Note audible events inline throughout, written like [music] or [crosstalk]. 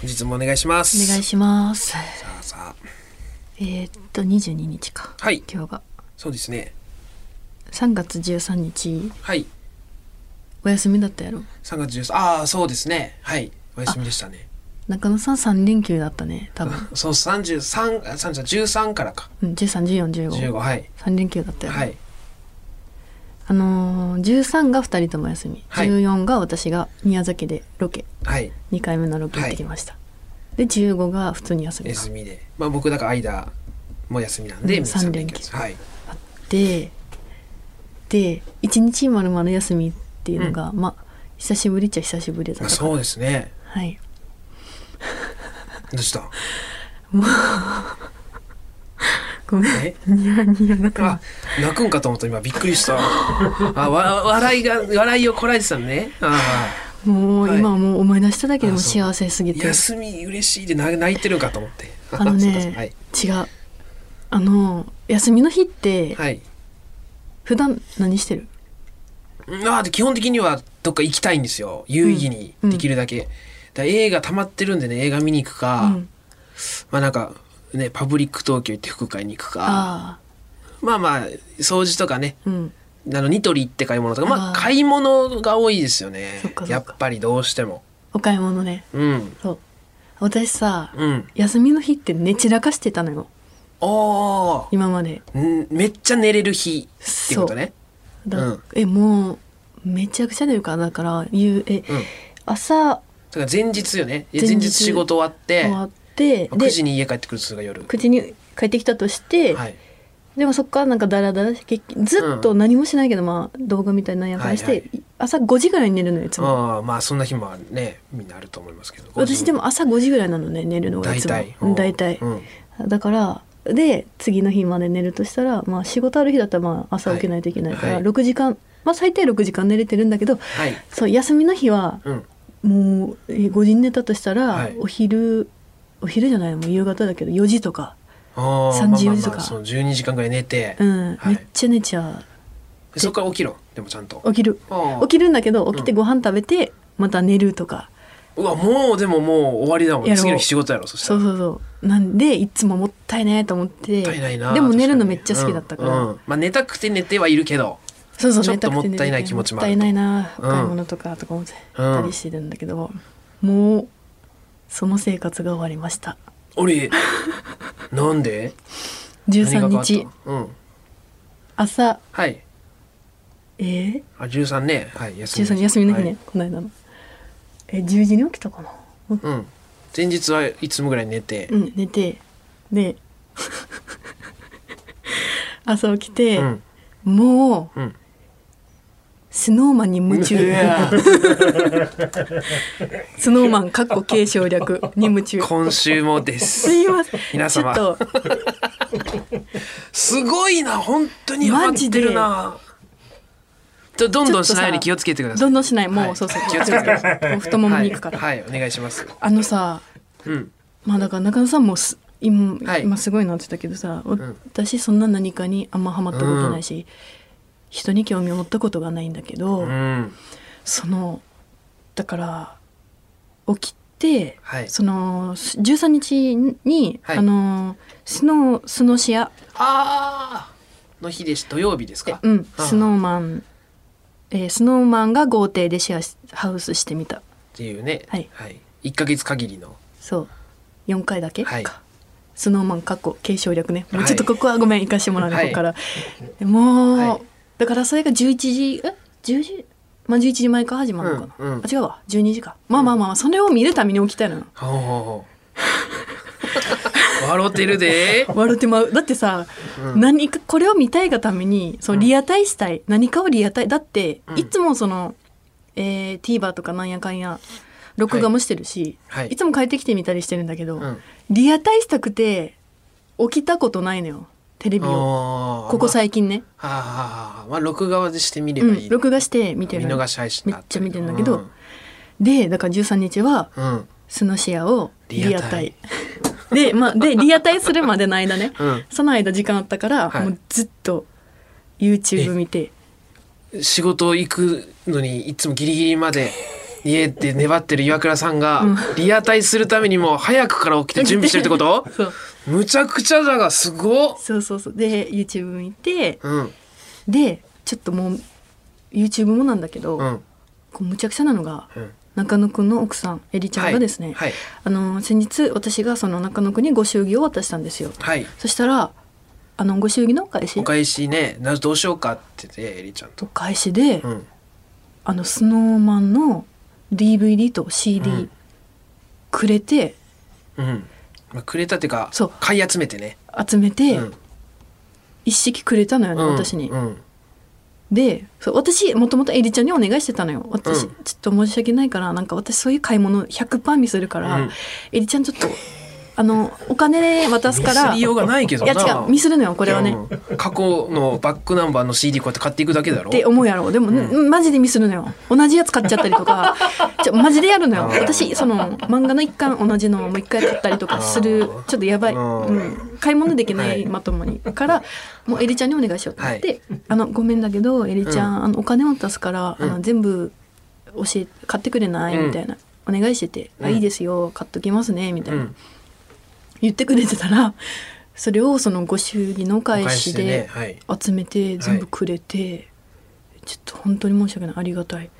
本日もお願いしますお願いしますさあさあえーっと22日かはい今日がそうですね3月13日はいお休みだったやろ3月13ああそうですねはいお休みでしたね中野さん3連休だったね多 [laughs] 分そう33あ33 13からかうん15 131415はい3連休だったよ、はいあのー、13が2人とも休み、はい14が私が宮崎でロケはい2回目のロケ行ってきました、で15が普通に休みが休みでまあ僕だから間も休みなんでうん皆さん三連休ですはいあってで1日まるまる休みっていうのが、まあ久しぶりっちゃ久しぶりだまあったからそうですねはいどうしたごめんえニヤニヤだからあ泣くんかと思った今びっくりしたあわ笑いが笑いをこらえてたのねああもうはい今もう思い出しただけでもあそう幸せすぎて休み嬉しいでな泣いてるんかと思ってあの [laughs] そうかそうかはいね違うあの休みの日ってはい普段何してるまあ基本的にはどっか行きたいんですよ有意義にうんできるだけ、だから映画溜まってるんでね映画見に行くか、うんまあなんかねパブリック東京行って副会に行くかあまあまあ掃除とかねあうんあのニトリ行って買い物とかまああー買い物が多いですよねそっかそっかやっぱりどうしてもお買い物ねうんそう私さうん休みの日って寝散らかしてたのよおー今までんめっちゃ寝れる日っていうことねだ、うんえもうめちゃくちゃ出るからだから言うえ、うん朝だから前日よね前日前日仕事終わって終わって9で時に家帰ってくるとするが夜9時に帰ってきたとして、はいでもそっからなんかダラダラして結ずっと何もしないけど、まあ動画みたいなんやかんして、はいは朝5時ぐらいに寝るのよいつもああまあそんな日もねみんなあると思いますけど私でも朝5時ぐらいなのね寝るのがい大つも体うん大体、うんだからで次の日まで寝るとしたら、まあ、仕事ある日だったらまあ朝起きないといけないから、はい6時間まあ最低6時間寝れてるんだけどはいそう休みの日はうんもうえー5時に寝たとしたら、はいお昼お昼じゃないもう夕方だけど4時とか、ああ3時4時とまあまあまかあその12時間ぐらい寝てうんはいめっちゃ寝ちゃでそこから起きろでもちゃんとう起きるああ起きるんだけど起きてご飯食べてまた寝るとか、うわもうでももう終わりだもやんろう次の日仕事やろそしたそうらそうそうなんでいつももったいないと思ってもったいないなでも寝るの確めにっちゃ好きだったから、うんうんまあ寝たくて寝てはいるけどそうそうちょっと寝くて寝もれったいない気持ちもあもっるたといないなうん買い物とかとか思ってたりしてるんだけど、もうその生活が終わりました [laughs] 俺なんで13何が変日わったのうん朝はいえー、あ13ねはい休13日休みの日ね、はいこの間のえ10時に起きたかなうん前日はいつもぐらい寝てうん寝てで [laughs] 朝起きて、うんもう、うんスノーマンに夢中 [laughs] いやスノーマンかっこ継承略に夢中今週もですすいません皆様ちょっとすごいな本当にハマってるなどどんどんしないように気をつけてくださいどんどんしないもう、はいそうそう気をつけてくださ [laughs] いもう太ももに行くから、はい、はい、お願いしますあのさうんまあだから中野さんもす今,、はい今すごいなって言ったけどさ、ん私そんな何かにあんまハマったことないし、人に興味を持ったことがないんだけど、うんそのだから起きて、はいそのす13日に、はいあのスノースノシアあーの日です土曜日ですかうんあースノーマン、えースノーマンが豪邸でシェアしハウスしてみたっていうねはいはい、1か月限りのそう4回だけか、はいスノーマン過去継承略ねもはういちょっとここはごめん行かしてもらうね、はいここからもう、はいだからそれが11時え10時まあ11時前から始まるのかな、うんうんあ違うわ12時かまあまあまあそれを見るために起きたのよほうほうほ [laughs] う笑ってるで笑ってまうだってさ、うん何かこれを見たいがためにそのリアタイしたい、何かをリアタイだって、うんいつもその、えー、TVer とかなんやかんや録画もしてるし、はいい、つも帰ってきてみたりしてるんだけど、うんリアタイしたくて起きたことないのよテレビをこここ最近ね、はあはあはあまあ録画はしてみれうばいい、ん、録画して見てる見の逃し配信があたりめっちゃ見てんだけどでだから13日はうんうんスノシアをリアタイリで,、まあ、でリアタイするまでの間ね、うんその間時間あったから、はいもうずっと YouTube 見て仕事行くのにいつもギリギリまで家で粘ってる岩倉さんが、リアタイするためにもう早くから起きて準備してるってこと [laughs] そうむちゃくちゃだがすごっそうそうそうで YouTube 見てうんでちょっともう YouTube もなんだけど、うんこうむちゃくちゃなのが、うん中野くんの奥さんエリちゃんがですね、はいあの先日私がその中野くんにご祝儀を渡したんですよはいそしたらあのご祝儀のお返しお返しねなどうしようかって言ってエリちゃんとお返しで、うんあのスノーマンの DVD と CD、うんくれてうん、まあ、くれたっていうかそう買い集めてね集めて、うん一式くれたのよね、うん私に、うんでそう私もともとエリちゃんにお願いしてたのよう私、んちょっと申し訳ないからなんか私そういう買い物100%ミスるから、うんエリちゃんちょっとあのお金渡 [laughs] すからミスりようがないけどいなや違うミスるのよこれはね、っうん過去のバックナンバーの CD こうやって買っていくだけだろて思うやろでも、マジでミスるのよ同じやつ買っちゃったりとか [laughs] ちょマジでやるのよあー私その漫画の一巻同じのをもう一回買ったりとかするあーちょっとやばい、うんうん、買い物できない、はいまともにからもうエリちゃんにお願いしようと思って、はあのごめんだけどエリちゃん、あのお金渡すから、あうの全部教え買ってくれない、うんみたいなお願いしてて、あうんいいですよ買っときますねみたういな、ん言ってくれてたらそれをそのご祝儀のおお返返ししでねではい集めて全部くれて、ちょっと本当に申し訳ないありがたい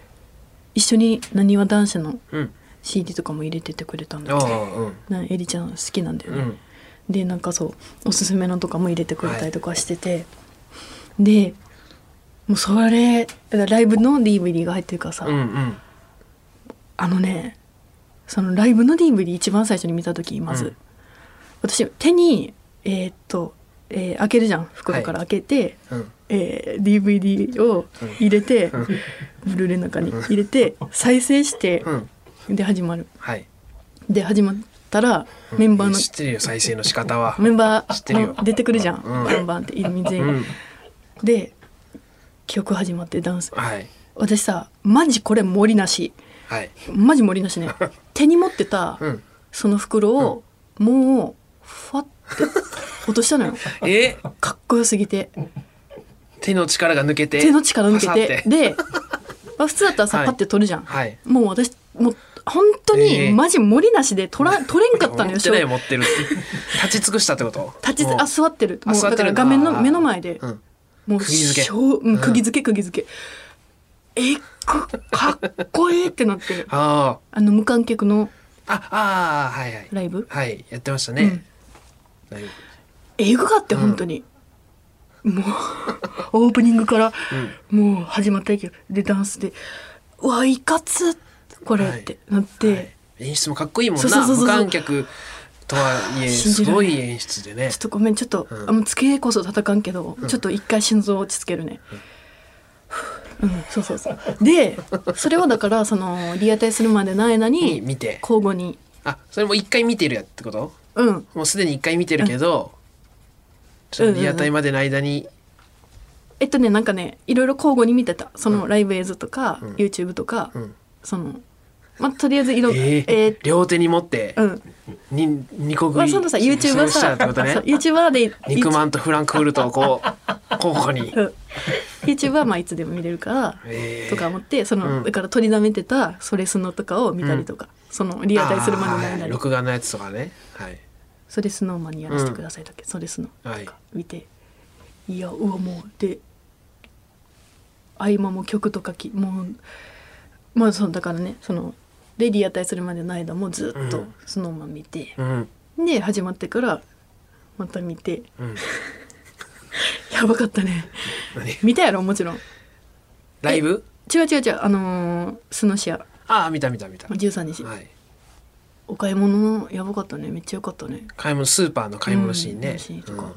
一緒になにわ男子のうん CD とかも入れててくれたんだあよあうんなエリちゃん好きなんだようね、んでなんかそうおすすめのとかも入れてくれたりとかしてて、でもうそれライブの DVD が入ってるからさ、うんうんあのねそのライブの DVD 一番最初に見た時まず、うん私手にえーっと、えー開けるじゃん袋から開けて、うんえー DVD を入れて、ブルーレイの中に入れて、再生してう、んで始まるはいで始まったら、メンバーの知ってるよ再生の仕方はメンバ知ってるよーの出てくるじゃん、うんバンバンって全員、うんで曲始まってダンスはい私さマジこれ森なしはいマジ森な [laughs] しね手に持ってた、うんその袋を、もうファって落 [laughs] としたのよえかっこよすぎて手の力が抜けて手の力抜けパてサってで、まあ、普通だったらさ、はいパッて取るじゃん、はいもう私もう本当えにえマジ森なしで取ら取れんかった持のよってない持ってるっ [laughs] て立ち尽くしたってこと立ちもうあ座ってるあもう座っだてかるらん画だ面の目の前で、うんもう釘付けしょううんうん釘付け釘付け、えっこかっこええってなってああの無観客のあああーはいはいライブはいやってましたね、はいえぐかって本当に、もうオープニングからもう始まったけどでダンスで「うわいかつ!」これってなって、はい演出もかっこいいもんそうそうなそうそう無観客とはいえ信すじらごれないい演出でねちょっとごめんちょっと、うんあもうつけこそ戦んけど、ちょっと一回心臓落ち着けるね。うん、そうそうそうでそれをだからそのリアタイするまでの間にに見て交互にあそれも一回見てるやってことうんもうすでに一回見てるけど、ちょっとリアタイまでの間に、えっとねなんかねいろいろ交互に見てたそのライブ映像とか、YouTube とか、うんそのまあとりあえずいろえーえー両手に持って、うんに二個食い、まあ、そのさ YouTube はしたさ、ってことねそう YouTuber で肉まんとフランクフルトをこ [laughs] う交互に、うん YouTube はまあいつでも見れるから、えーとか思ってその、うんだから取りだめてたそれスノとかを見たりとか、そのリアタイするまでのあーはい間に録画のやつとかねはいそれスノーマンにやらせてくださいだっけ、それスノーとか見て、い、やうわもうで合間も曲とかきもうまあそのだからねそのでリアタイするまでの間もずっうとんスノーマン見てう、んで始まってからまた見てうんやばかったね何見たやろもちろんライブ違う違う違うあのー、スノシアああ見た見た見た、 13日はいお買い物やばかったねめっちゃよかったね買い物スーパーの買い物シーンね、うん買い物シーンとかうん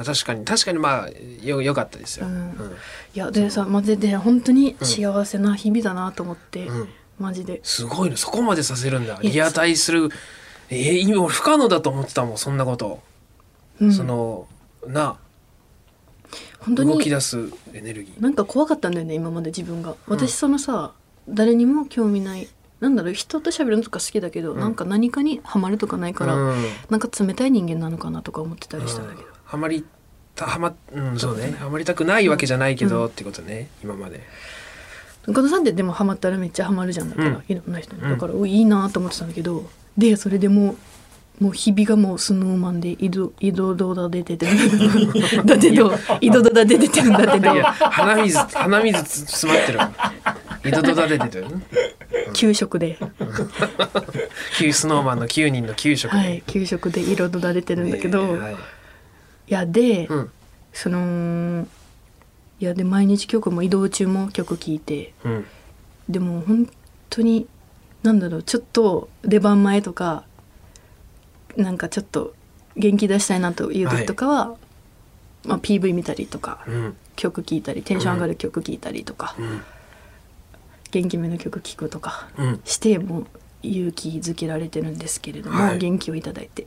あ確かに確かにまあよよかったですよ、ううんんいやでさマジで本当に幸せな日々だなと思って、うんマジですごいのそこまでさせるんだいやリアタイするえー、今俺不可能だと思ってたもんそんなこと、うんそのな本当動にき出すエネルギーなんか怖かったんだよね今まで自分が私そのさ、誰にも興味ないなんだろう人と喋るのとか好きだけど、なんか何かにハマるとかないから、うんなんか冷たい人間なのかなとか思ってたりしたんだけど、はまりたはまうんそうねはまりたくないわけじゃないけど、ってことね今まで岡田さんってでもハマったらめっちゃハマるじゃんだから、うんいろんな人にうんだから、おいいなと思ってたんだけどでそれでもうもう日々がもうスノーマンで井戸井戸どだ [laughs] 出ててだってど井戸どだ出ててんだってどいや鼻水鼻水つ詰まってる井戸戸だ出てる給食で旧スノーマンの9人の給食ではい給食で井戸どだ出てるんだけど、えーはいい、やで、うんそのいやで毎日曲も移動中も曲聴いてうんでも本当になんだろうちょっと出番前とかなんかちょっと元気出したいなという時とかは、まあ、PV 見たりとかうん曲聴いたりテンション上がる曲聴いたりとか、うん元気めの曲聴くとかうんしてもう勇気づけられてるんですけれども、はい元気をいただいて。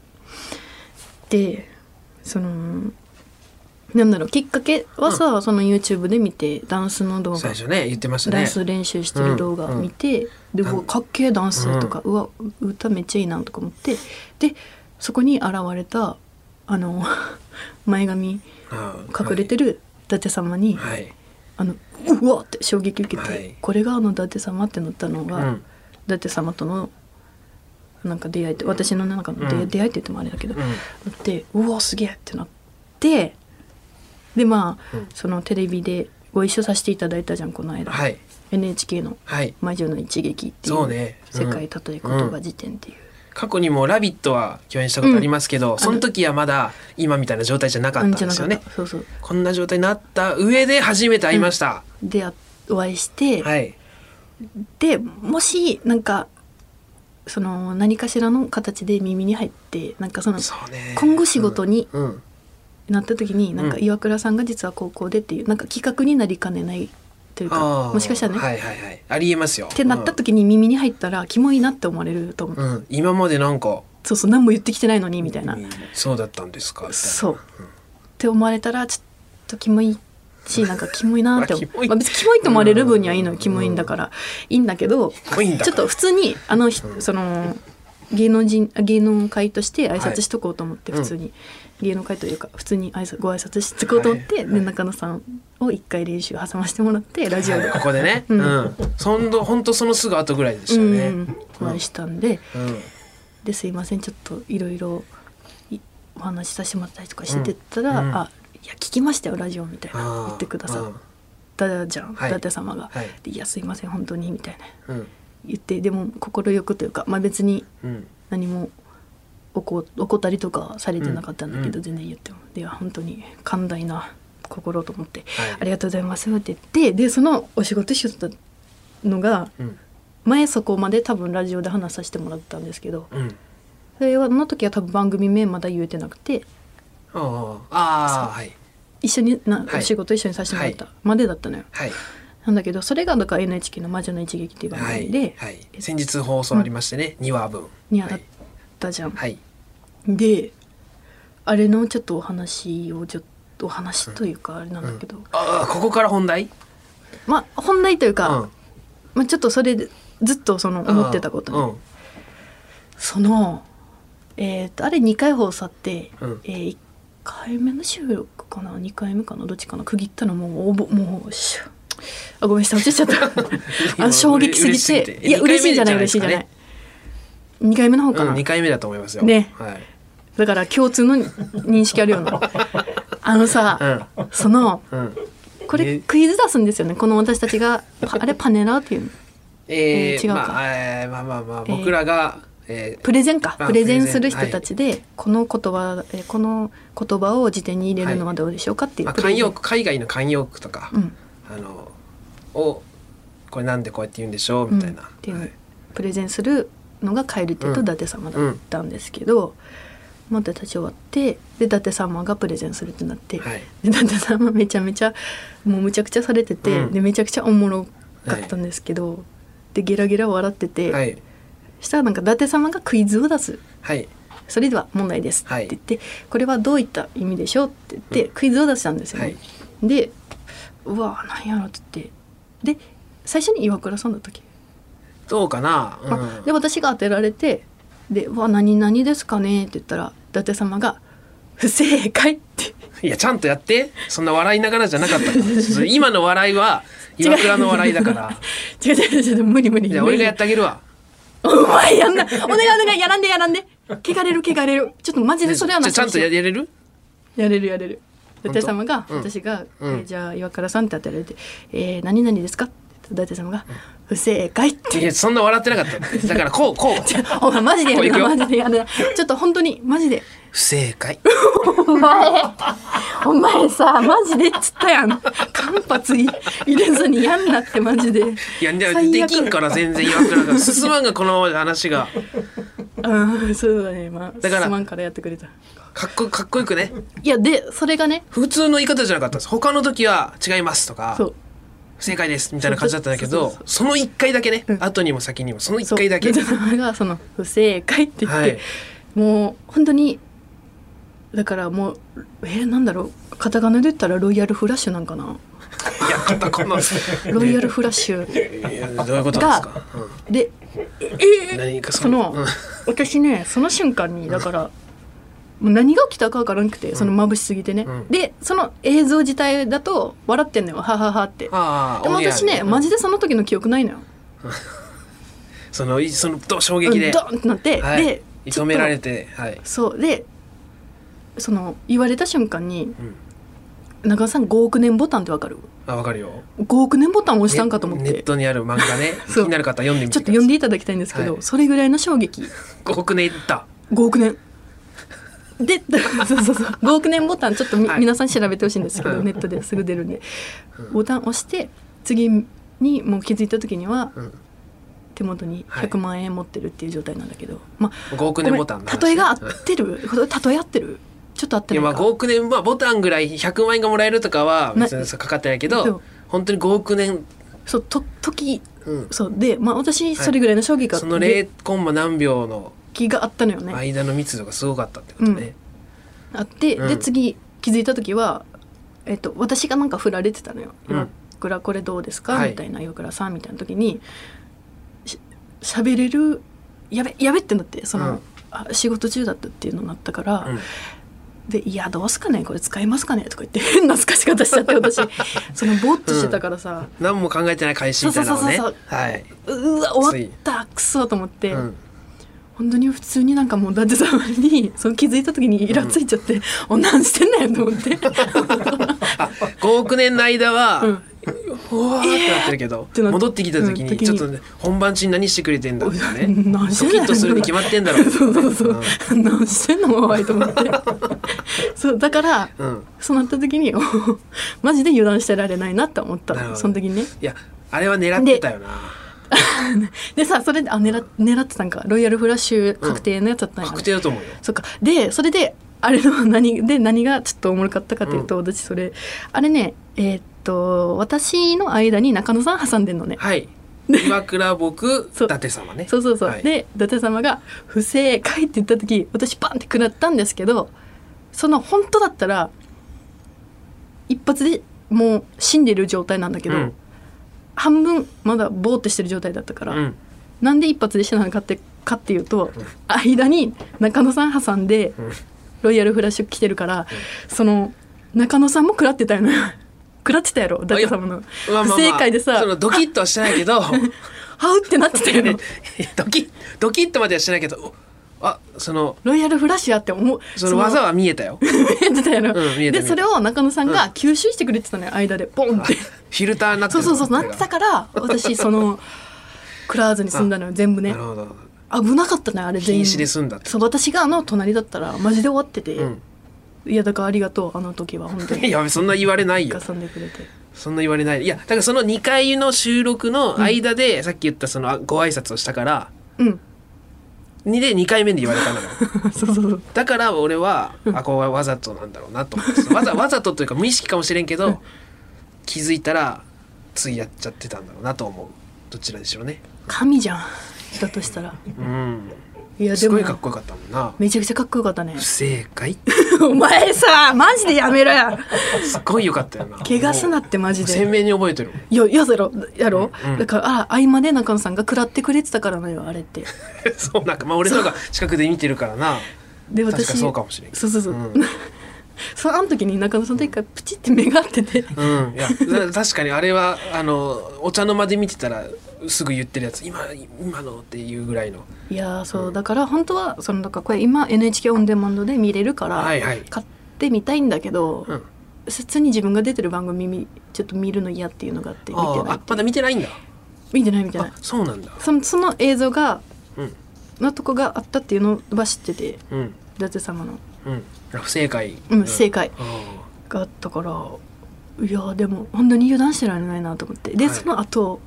でそのなんだろうきっかけはさ、その YouTube で見てダンスの動画最初ね言ってましたダねンス練習してる動画見て、でうわかっけえダンスとか、うわ歌めっちゃいいなとか思ってでそこに現れたあの前髪隠隠れてる伊達様に、はいあのうわって衝撃受けて、はいこれがあの伊達様ってなったのが、うん伊達様とのなんか出会いって私の中の出,、うん出会いって言ってもあれだけど、うんなってうわすげえってなってでまあ、うんそのテレビでご一緒させていただいたじゃんこの間、はい NHK のはい魔女の一撃っていそううねうん世界たとえ言葉辞典っていう、過去にも「ラビット!」は共演したことありますけど、んその時はまだ今みたいな状態じゃなかっうんたんですよね。そうそうこんな状態になった上で初めて会いました。であお会いして、はい。でもしなんかその何かしらの形で耳に入ってなんかそのそうね。今後仕事にうん。うん。なった時に、なんかうん岩倉さんが実は高校でっていうなんか企画になりかねないというあかあ。もしかしたらね、はいはいはい。ありえますよ。ってなった時に耳に入ったらキモいなって思われると思う、うん。うん。今までなんか。そうそう何も言ってきてないのにみたいな、うんそうだったんですか。みたいなそう、って思われたらちょっとキモいしなんかキモい [laughs] なって思キモう、いまあ、別にキモいと思われる分にはいいのよキモいんだからいいんだけど多いんだ。ちょっと。普通にあのひうんその芸能人あ芸能界として挨はい拶しとこうと思ってうん普通に、芸能界というか普通に挨拶ご挨拶しとこうと思って、はいで中野さんを一回練習挟ましてもらってラジオで、 [laughs] ここでね。う [laughs] うんん。そんど、本当そのすぐ後ぐらいでしうたよんね。お会いしたんでうん。ですいませんちょっといろいろいお話しさせてもらったりとかしてたら、うんうんあいや聞きましたよラジオみたいなああ言ってくださっあたじゃん、はい伊達様が、はいでいやすいません本当にみたいなあうん。言ってでも快くというか、まあ、別にうん。何も怒怒ったりとかされてなかったんだけうど、ん全然言っても「では本当に寛大な心」と思って「はいありがとうございます」って言ってでそのお仕事一緒だったのがうん。前そこまで多分ラジオで話させてもらったんですけどうん。それはあの時は多分番組名まだ言えてなくてああ。ああ。はい。一緒にはな、いお仕事一緒にさせてもらったまでだったのよ。はい。なんだけどそれがだから NHK の「魔女の一撃」っていう番はい。組で、はい。先日放送ありましてね。二話分。に当たったじゃん。はい。であれのちょっとお話をちょっとお話というかあれなんだけど、ああ、ここから本題。まあ本題というか、うん。まあ、ちょっとそれでずっとその思ってたことね、そのえっとあれ2回放送あって、うんえ1回目の収録かな2回目かなどっちかな区切ったのもうおぼもうしゅあごめん下落ちしちゃった [laughs] あ衝撃すぎていや嬉しいんじゃない嬉しいんじゃない2回目の方かな、 2回目だと思いますよねはいだから共通の認識あるよう [laughs] なあのさ、そのうんこえれクイズ出すんですよねこの私たちがパあれパネラーっていうのええーー違うかまあえーまあまあまあえー僕らがえープレゼンかあプレゼンプレゼすンる人たちで、この言葉えーこの言葉を辞典に入れるのはどうでしょうかっていうまあプレ慣ゼン、用句海外の慣用句とかうんあのをこれなんでこうやって言うんでしょうみたいうんなっていうはのいプレゼンするのが蛙亭と伊達様だったんですけど、まあ、立ち終わってで伊達様がプレゼンするってなって、はいで伊達様めちゃめちゃもうむちゃくちゃされてて、うんでめちゃくちゃおもろかったんですけど、でゲラゲラ笑ってて、はいしたらなんか伊達様がクイズを出す。はいそれでは問題ですっはいて言って、これはどういった意味でしょうって言って、クイズを出したんですよね。はいでうわなんやろって言ってで最初に岩倉さんだったっけ、どうかなうんあで私が当てられて「でうわ何々ですかね?」って言ったら伊達様が「不正解」って [laughs] いやちゃんとやってそんな笑いながらじゃなかったから今の笑いは岩倉の笑いだから。違う違う違う無理無理じゃあ俺がやってあげるわ。お前やんなお願いお願いやらんでやらんで汚れる汚れるちょっとマジでそれはじゃなあちゃんとやれるやれるやれる伊達様が、うん私が、うんえーじゃあ岩倉さん」って当たられて「えー、何々ですか?」って伊達様が「不正解」っいて。 [laughs] や、そんな笑ってなかったって。だからこう、こう。お前マジでやこるういくよなマジでやるなちょっと本当にマジで不正解。お前お前さマジでっつったやん間髪入れずにやんなってマジでいや、で最で悪きんから全然岩倉が。進まんが、この話が。うんそうだねまあだからすまんからやってくれたかっこかっこよくね。いやでそれがね普通の言い方じゃなかったんです。他の時は違いますとかそ、う不正解ですみたいな感じだったんだけそうどそうそ、その一回だけねう、ん後にも先にも、その一そう回だけ。でそれがその「不正解」って言って、はいもう本当にだからもうえー、なんだろうカタカナで言ったらロイヤルフラッシュなんかなやったこの。 [laughs] ロイヤルフラッシュいやどういうことですか。でうんええ何かそのうん私ねその瞬間にだからもう何が起きたか分からなくてその眩しすぎてね、うんでその映像自体だと笑ってんのよはははってでああ、もオンエア私ねマジでその時の記憶ないのよ、そのいそのど衝うん、ド撃で、ーンってなって、はいでちょ射っ止めらとれて、はい。そうでその言われた瞬間にうん「中尾さん5億年ボタンってわかるあわかるよ。 ?5 億年ボタン押したんかと思っネネッてちょトにある漫画ね気 [laughs] そうになる方は読んでみってとください読んでいただきたいんですけど、はいそれぐらいの衝撃5億年いった5億年で [laughs] そうそうそう5億年ボタンちょっとみ、はい皆さん調べてほしいんですけど、うんネットですぐ出るんでうんボタン押して次にもう気づいた時にはうん手元にはい100万円持ってるっていう状態なんだけど、まあ5億年ボタンの話ごめん例えが合ってる例え合ってるちょっと合っていやなまいあか5億年、まあ、ボタンぐらい100万円がもらえるとかは別になさかかってないけそどう本当に5億年、そうと時うん、そうでまあ私それぐらいの衝撃があっそのて0コンマ何秒の気があったのよね、間の密度がすごかったってことね、あって、うんで次気づいた時は、えっと、私がなんか振られてたのよ「うん岩倉これどうですかはいみたいな「岩倉さん」みたいな時にし喋れるやべやべってなってその、うんあ仕事中だったっていうのになったから「うんでいやどうすかねこれ使えますかね」とか言って変なすかし方しちゃっ [laughs] て私そのぼーっとしてたからさ、何も考えてない返しみたいなのねそうそうそうはい、うわ終わったくそと思って、うん本当に普通になんかもう伊達様にその気づいた時にイラついちゃって「 [laughs] おん、なんしてんだよ」と [laughs] 思って。あ5億年の間は、うんうわーってなってるけど、てなって戻ってきた時に,、うん時にちょっとね本番中に何してくれてんだってね何してドんキだッとするに決まってんだろ [laughs] そうそうそう、何してんのお前と思って [laughs] そうだからうんうんそうなった時におマジで油断してられないなって思ったなるほのどその時にねいやあれは狙ってたよなでさそれであ狙っ狙ってたんかロイヤルフラッシュ確定のやつだったんや、ね確定だと思うよそっかでそれであれの何で何がちょっとおもろかったかというと、私それあれねえーっと私の間に中野さん挟んでんのねはい岩倉僕そう伊達様ねそうそうそう、はいで伊達様が「不正解」って言った時私バンって食らったんですけどその本当だったら一発でもう死んでる状態なんだけど、うん半分まだぼーっとしてる状態だったから、うんなんで一発で死なのかってかっていうと、間に中野さん挟んで、うんロイヤルフラッシュ来てるから、その中野さんも食らってたよね [laughs] 食らってたやろ伊達様のまあまあまあ不正解でさそのドキッとはしてないけど [laughs] はうってなってたよねドキッドキッとまではしてないけどおあそのロイヤルフラッシュやって思うその技は見えたよ [laughs] フ見えてたやろ、うん見えた見えでたそれを中野さんが吸収してくれてたのよ間でポンってィルターになってそうるそうそうなってたから私そのクラーズに住んだのよ全部ねなるほど危なかったねあれ全員瀕死で済んだってそう私があの隣だったらマジで終わってて、うんいやだからありがとうあの時は本当にいやそんな言われないよ遊んでくれてそんな言われないいやだからその2回の収録の間で、さっき言ったそのあご挨拶をしたからうんにで2回目で言われたのよそうそうそうだから俺はあこれはわざとなんだろうなと思ってわざわざとというか無意識かもしれんけど気づいたらついやっちゃってたんだろうなと思うどちらにしろね神じゃんだとしたらうんいやですもごいかっこよかったもんなめちゃくちゃかっこよかったね不正解お前さマジでやめろやすごいよかったよな [laughs] 怪我すなってマジで鮮明に覚えてるもん [laughs] いや、いやだろ、やろ、うんうんだから、あ、合間で中野さんが食らってくれてたからのよ、あれって。そうなんかまあ俺の方が近くで見てるからなで、確か私。そうかもしれんけどそうそうそうう。ん [laughs] そあの時に中野さんと一回プチって目が合っててうんいや [laughs] だ確かにあれはあのお茶の間で見てたらすぐ言ってるやつ今今のっていうぐらいのいやーそう、うんだから本当はそのだからこれ今 NHK オンデマンドで見れるから、はいはい買ってみたいんだけど、うん普通に自分が出てる番組見ちょっと見るの嫌っていうのがあって見あーてないあまだ見てないんだ見てない見てないあそうなんだそのその映像がうんのとこがあったっていうのは知っててうん伊達様のうんあ不正解うん正解あがあったからいやーでも本当に油断してられないなと思ってで、はいその後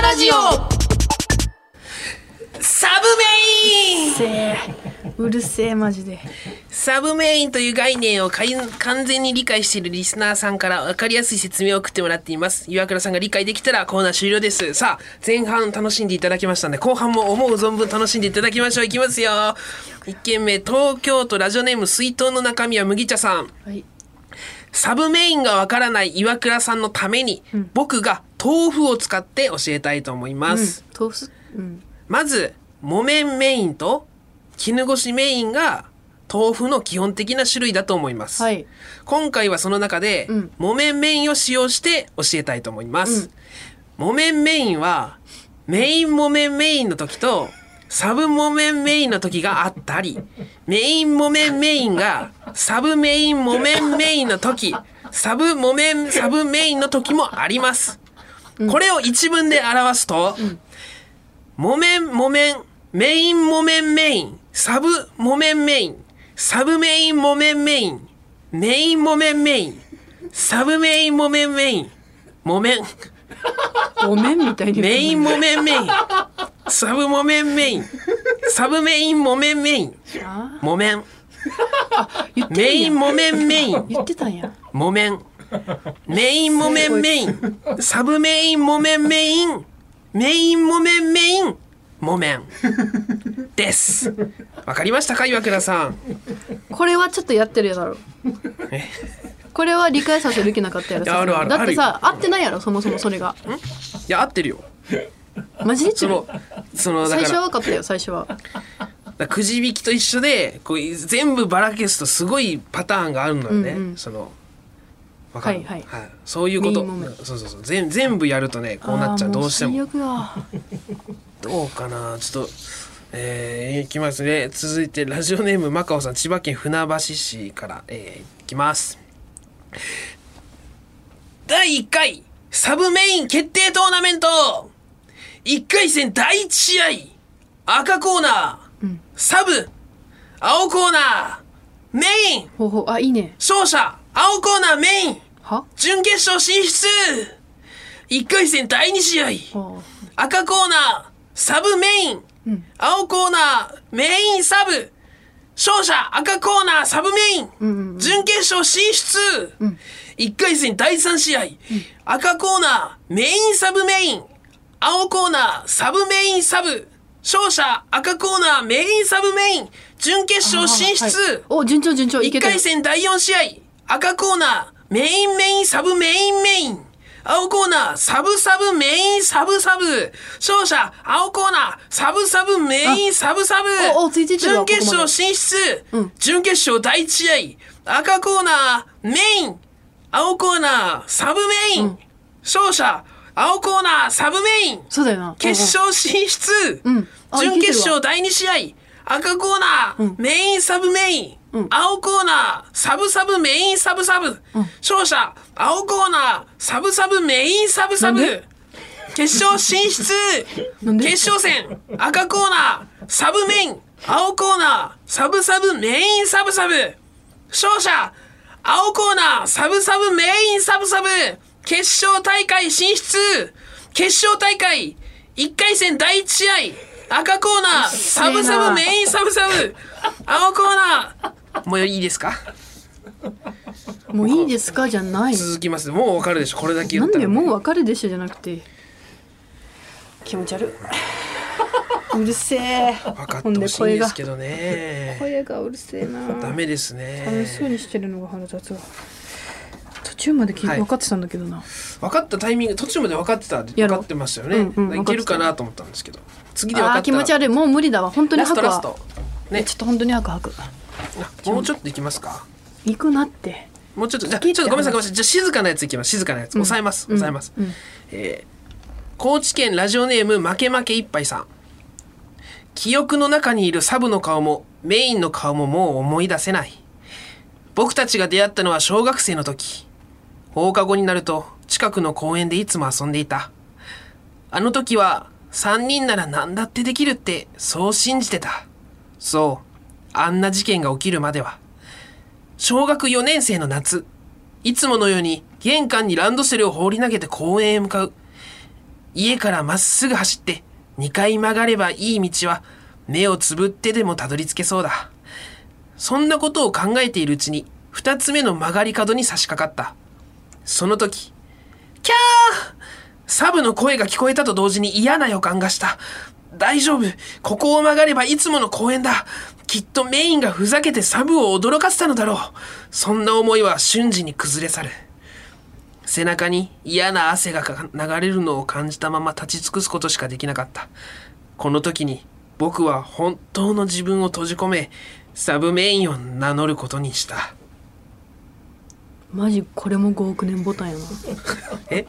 ラジオサブメインせえうるせえマジでサブメインという概念をかい完全に理解しているリスナーさんから分かりやすい説明を送ってもらっています岩倉さんが理解できたらコーナー終了ですさあ前半楽しんでいただきましたので後半も思う存分楽しんでいただきましょういきますよ1件目東京都ラジオネーム水筒の中身は麦茶さんはいサブメインがわからない岩倉さんのために、僕が豆腐を使って教えたいと思います、豆腐うんまず、木綿メインと絹ごしメインが豆腐の基本的な種類だと思います。はい今回はその中で、うん木綿メインを使用して教えたいと思います。木綿メインは、メイン木綿メインの時と、サブモメンメインの時があったり、メインモメンメインがサブメインモメンメインの時、サブモメン、サブメインの時もあります。これを一文で表すと、モメンモメン、メインモメンメイン、サブモメンメイン、サブメインモメンメイン、メインモメンメイン、サブメインモメンメイン、モメン。ごめんみたいにメインモメンメイン。サブモメンメイン。サブメインモメンメイン。あモメン。言ってたんやメインモメンメイン。言ってたんやモメン。メインモメンメイン。サブメインモメンメイン。メインモメンメイン。モメン。です。わかりましたか岩倉さん。これはちょっとやってるやろこれは理解させる気なかったやろいやあるあるだってさ合ってないやろそもそもそれがいや合ってるよ。マジでそ言っのてるそのだ最か初らは分かったよ最初はくじ引きと一緒でこう全部ばらけすとすごいパターンがあるのよね。うんうんそのわかる、はいはいそういうことメインモメン。そうそうそう全全部やるとねこうなっちゃうあーどうしても最。悪やどうかなちょっと、えー、いきますね。続いて、ラジオネーム、マカオさん、千葉県船橋市から、えー、いきます。第1回、サブメイン決定トーナメント !1 回戦第1試合赤コーナー、サブ、青コーナー、メイン、ほうほうあいいね勝者、青コーナーメイン、は準決勝進出 !1 回戦第2試合あー赤コーナー、サブメイン。青コーナー、メインサブ。勝者、赤コーナー、サブメイン。準決勝進出。一1回戦第3試合、赤コーナー、メインサブメイン。青コーナー、サブメインサブ。勝者、赤コーナー、メインサブメイン。準決勝進あーは出い。お順調順調い1けたよ回戦第4試合赤コーナーメインメインサブメインメイン青コーナーサブサブメインサブサブ勝者青コーナーサブサブメインサブサブおおついていってるわ準決ここま勝進で出、準決勝第1試合赤コーナーメイン青コーナーサブメイン、勝者青コーナーサブメインそうだよな決勝進出、んあ準決勝第2試合赤コーナー、メインサブメイン、青コーナーサブサブメインサブサブ、勝者青コーナーサブサブメインサブサなブん決勝進出なんで決勝戦赤コーナーサブメイン青コーナーサブサブメインサブサブ勝者青コーナーサブサブメインサブサブ決勝大会進出決勝大会1回戦第1試合赤コーナーサブサブメインサブサブ青コーナーもういいですかうんもういいですかじゃない続きますもうわかるでしょこれだけ言なっんたでらもう別れでしょじゃなくて気持ち悪いうるせえ分かってほんほでしいん声でがすけどね声がうるせえなダメですね楽しそうにしてるのが腹立つわ途中まで聞いはい分かってたんだけどな、分かったタイミング途中まで分かってた分やろかってましたよね、うんうん分かいってたけるかなと思ったんですけど次で分かあったー気持ち悪いもう無理だわ本当にラスト吐くラスわトえねちょっと本当に吐く吐くあもうちょっといきますか行くなってもうちょっとじゃあ好きちょっってとごめんなさいごめんなさいじゃあ静かなやついきます静かなやつ抑えます抑えます、うんえー高知県ラジオネーム負け負けいっぱいさん記憶の中にいるサブの顔もメインの顔ももう思い出せない僕たちが出会ったのは小学生の時放課後になると近くの公園でいつも遊んでいたあの時は3人なら何だってできるってそう信じてたそうあんな事件が起きるまでは小学4年生の夏いつものように玄関にランドセルを放り投げて公園へ向かう。家からまっすぐ走って2回曲がればいい道は目をつぶってでもたどり着けそうだ。そんなことを考えているうちに2つ目の曲がり角に差し掛かった。その時、キャーサブの声が聞こえたと同時に嫌な予感がした。大丈夫。ここを曲がればいつもの公園だ。きっとメインがふざけてサブを驚かせたのだろう。そんな思いは瞬時に崩れ去る。背中に嫌な汗がか流れるのを感じたまま立ち尽くすことしかできなかった。この時に僕は本当の自分を閉じ込め、サブメインを名乗ることにした。マジこれも5億年ボタンやなえ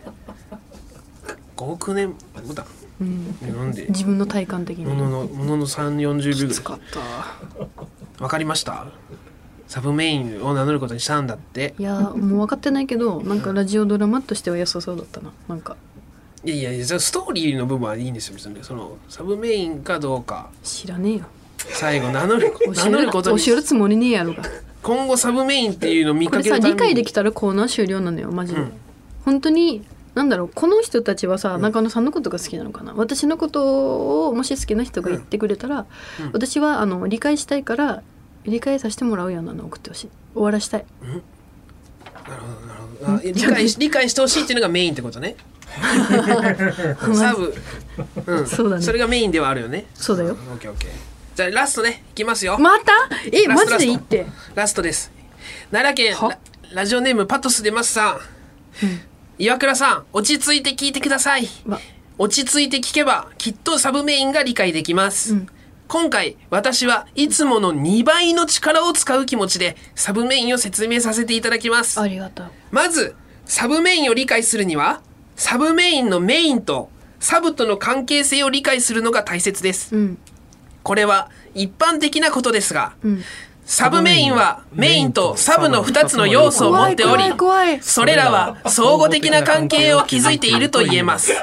?5 億年ボタンうん、なんで自分の体感的にもののものの3 4 0秒ぐつかったらいわかりましたサブメインを名乗ることにしたんだっていやーもう分かってないけどなんかラジオドラマとしては良さそうだったななんかいやいやいやじゃあストーリーの部分はいいんですよ別にそのサブメインかどうか知らねえよ最後名乗る [laughs] 教名乗えるることに教えるつもりねえやろが今後サブメインっていうのを見こかれけるさため理に解できたらコーナー終了なのよマジで、本当になんだろうこの人たちはさ中野さんのことが好きなのかな、私のことをもし好きな人が言ってくれたら、私はあの理解したいから理解させてもらうようなの送ってほしい終わらしたいあ理解し理解してほしいっていうのがメインってこと [laughs] ねサブ、うん、そうだねそれがメインではあるよねそうだよオッケーオッケーじゃあラストねいきますよ、またえラマストジでいいってラストです奈良県はララジオネームパトスでますさん、岩倉さん落ち着いて聞いてくださいわ落ち着いて聞けばきっとサブメインが理解できます、今回私はいつもの2倍の力を使う気持ちでサブメインを説明させていただきますありがとうまずサブメインを理解するにはサブメインのメインとサブとの関係性を理解するのが大切です、んこれは一般的なことですが、んサブメインはメインとサブの2つの要素を持怖っいており怖い怖いそれらは相互的な関係を築いていると言えます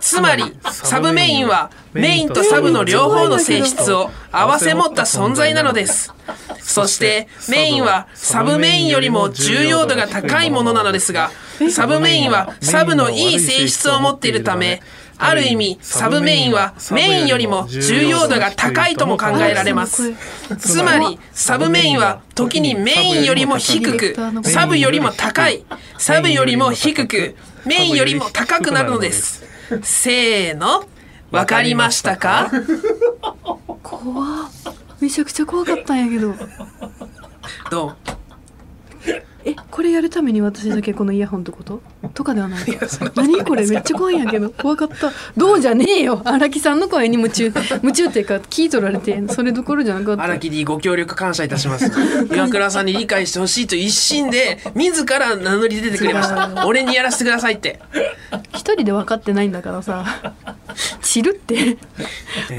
つまりサブメインはメインとサブの両方の性質を併せ持った存在なのですそしてメインはサブメインよりも重要度が高いものなのですがサブメインはサブのいい性質を持っているためある意味サブメインはメインよりも重要度が高いとも考えられますつまりサブメインは時にメインよりも低くサブよりも高いサブよりも低くメインよりも高くなるのですせーのわかりましたか怖っめちゃくちゃ怖かったんやけどどうえこれやるために私だけこのイヤホンって [laughs] こととかではないか何これめっちゃ怖いんやけど怖かったどうじゃねえよ荒木さんの声に [laughs] 夢中夢中っていうか聞いとられてそれどころじゃなかった荒木にご協力感謝いたします岩倉さんに理解してほしいという一心で自ら名乗り出てくれました俺にやらせてくださいって一人で分かってないんだか [laughs] らさ散るって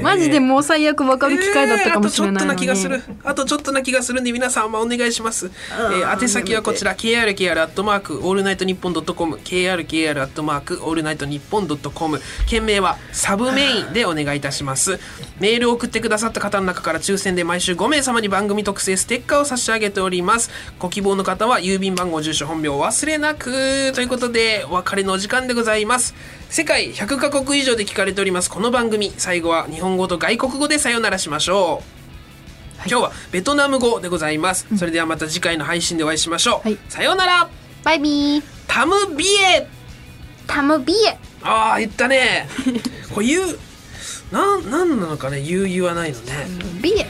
マジでもう最悪分かる機会だったかもしれないえーのあとちょっとな気にがするあとちょっとな気がするんで皆さんまあお願いします、えー宛先はこちら KRKR アットマークオールナイトニッポンドットコム KRKR アットマークオールナイトニッポンドットコム件名はサブメインでお願いいたしますメールを送ってくださった方の中から抽選で毎週5名様に番組特製ステッカーを差し上げておりますご希望の方は郵便番号住所本名を忘れなくということでお別れのお時間でございます世界100カ国以上で聞かれておりますこの番組最後は日本語と外国語でさよならしましょう今日はベトナム語でございます、それではまた次回の配信でお会いしましょう、はいさようならバイビータムビエタムビエああ言ったねこういうなんなんなのかね言う言わないのねビエ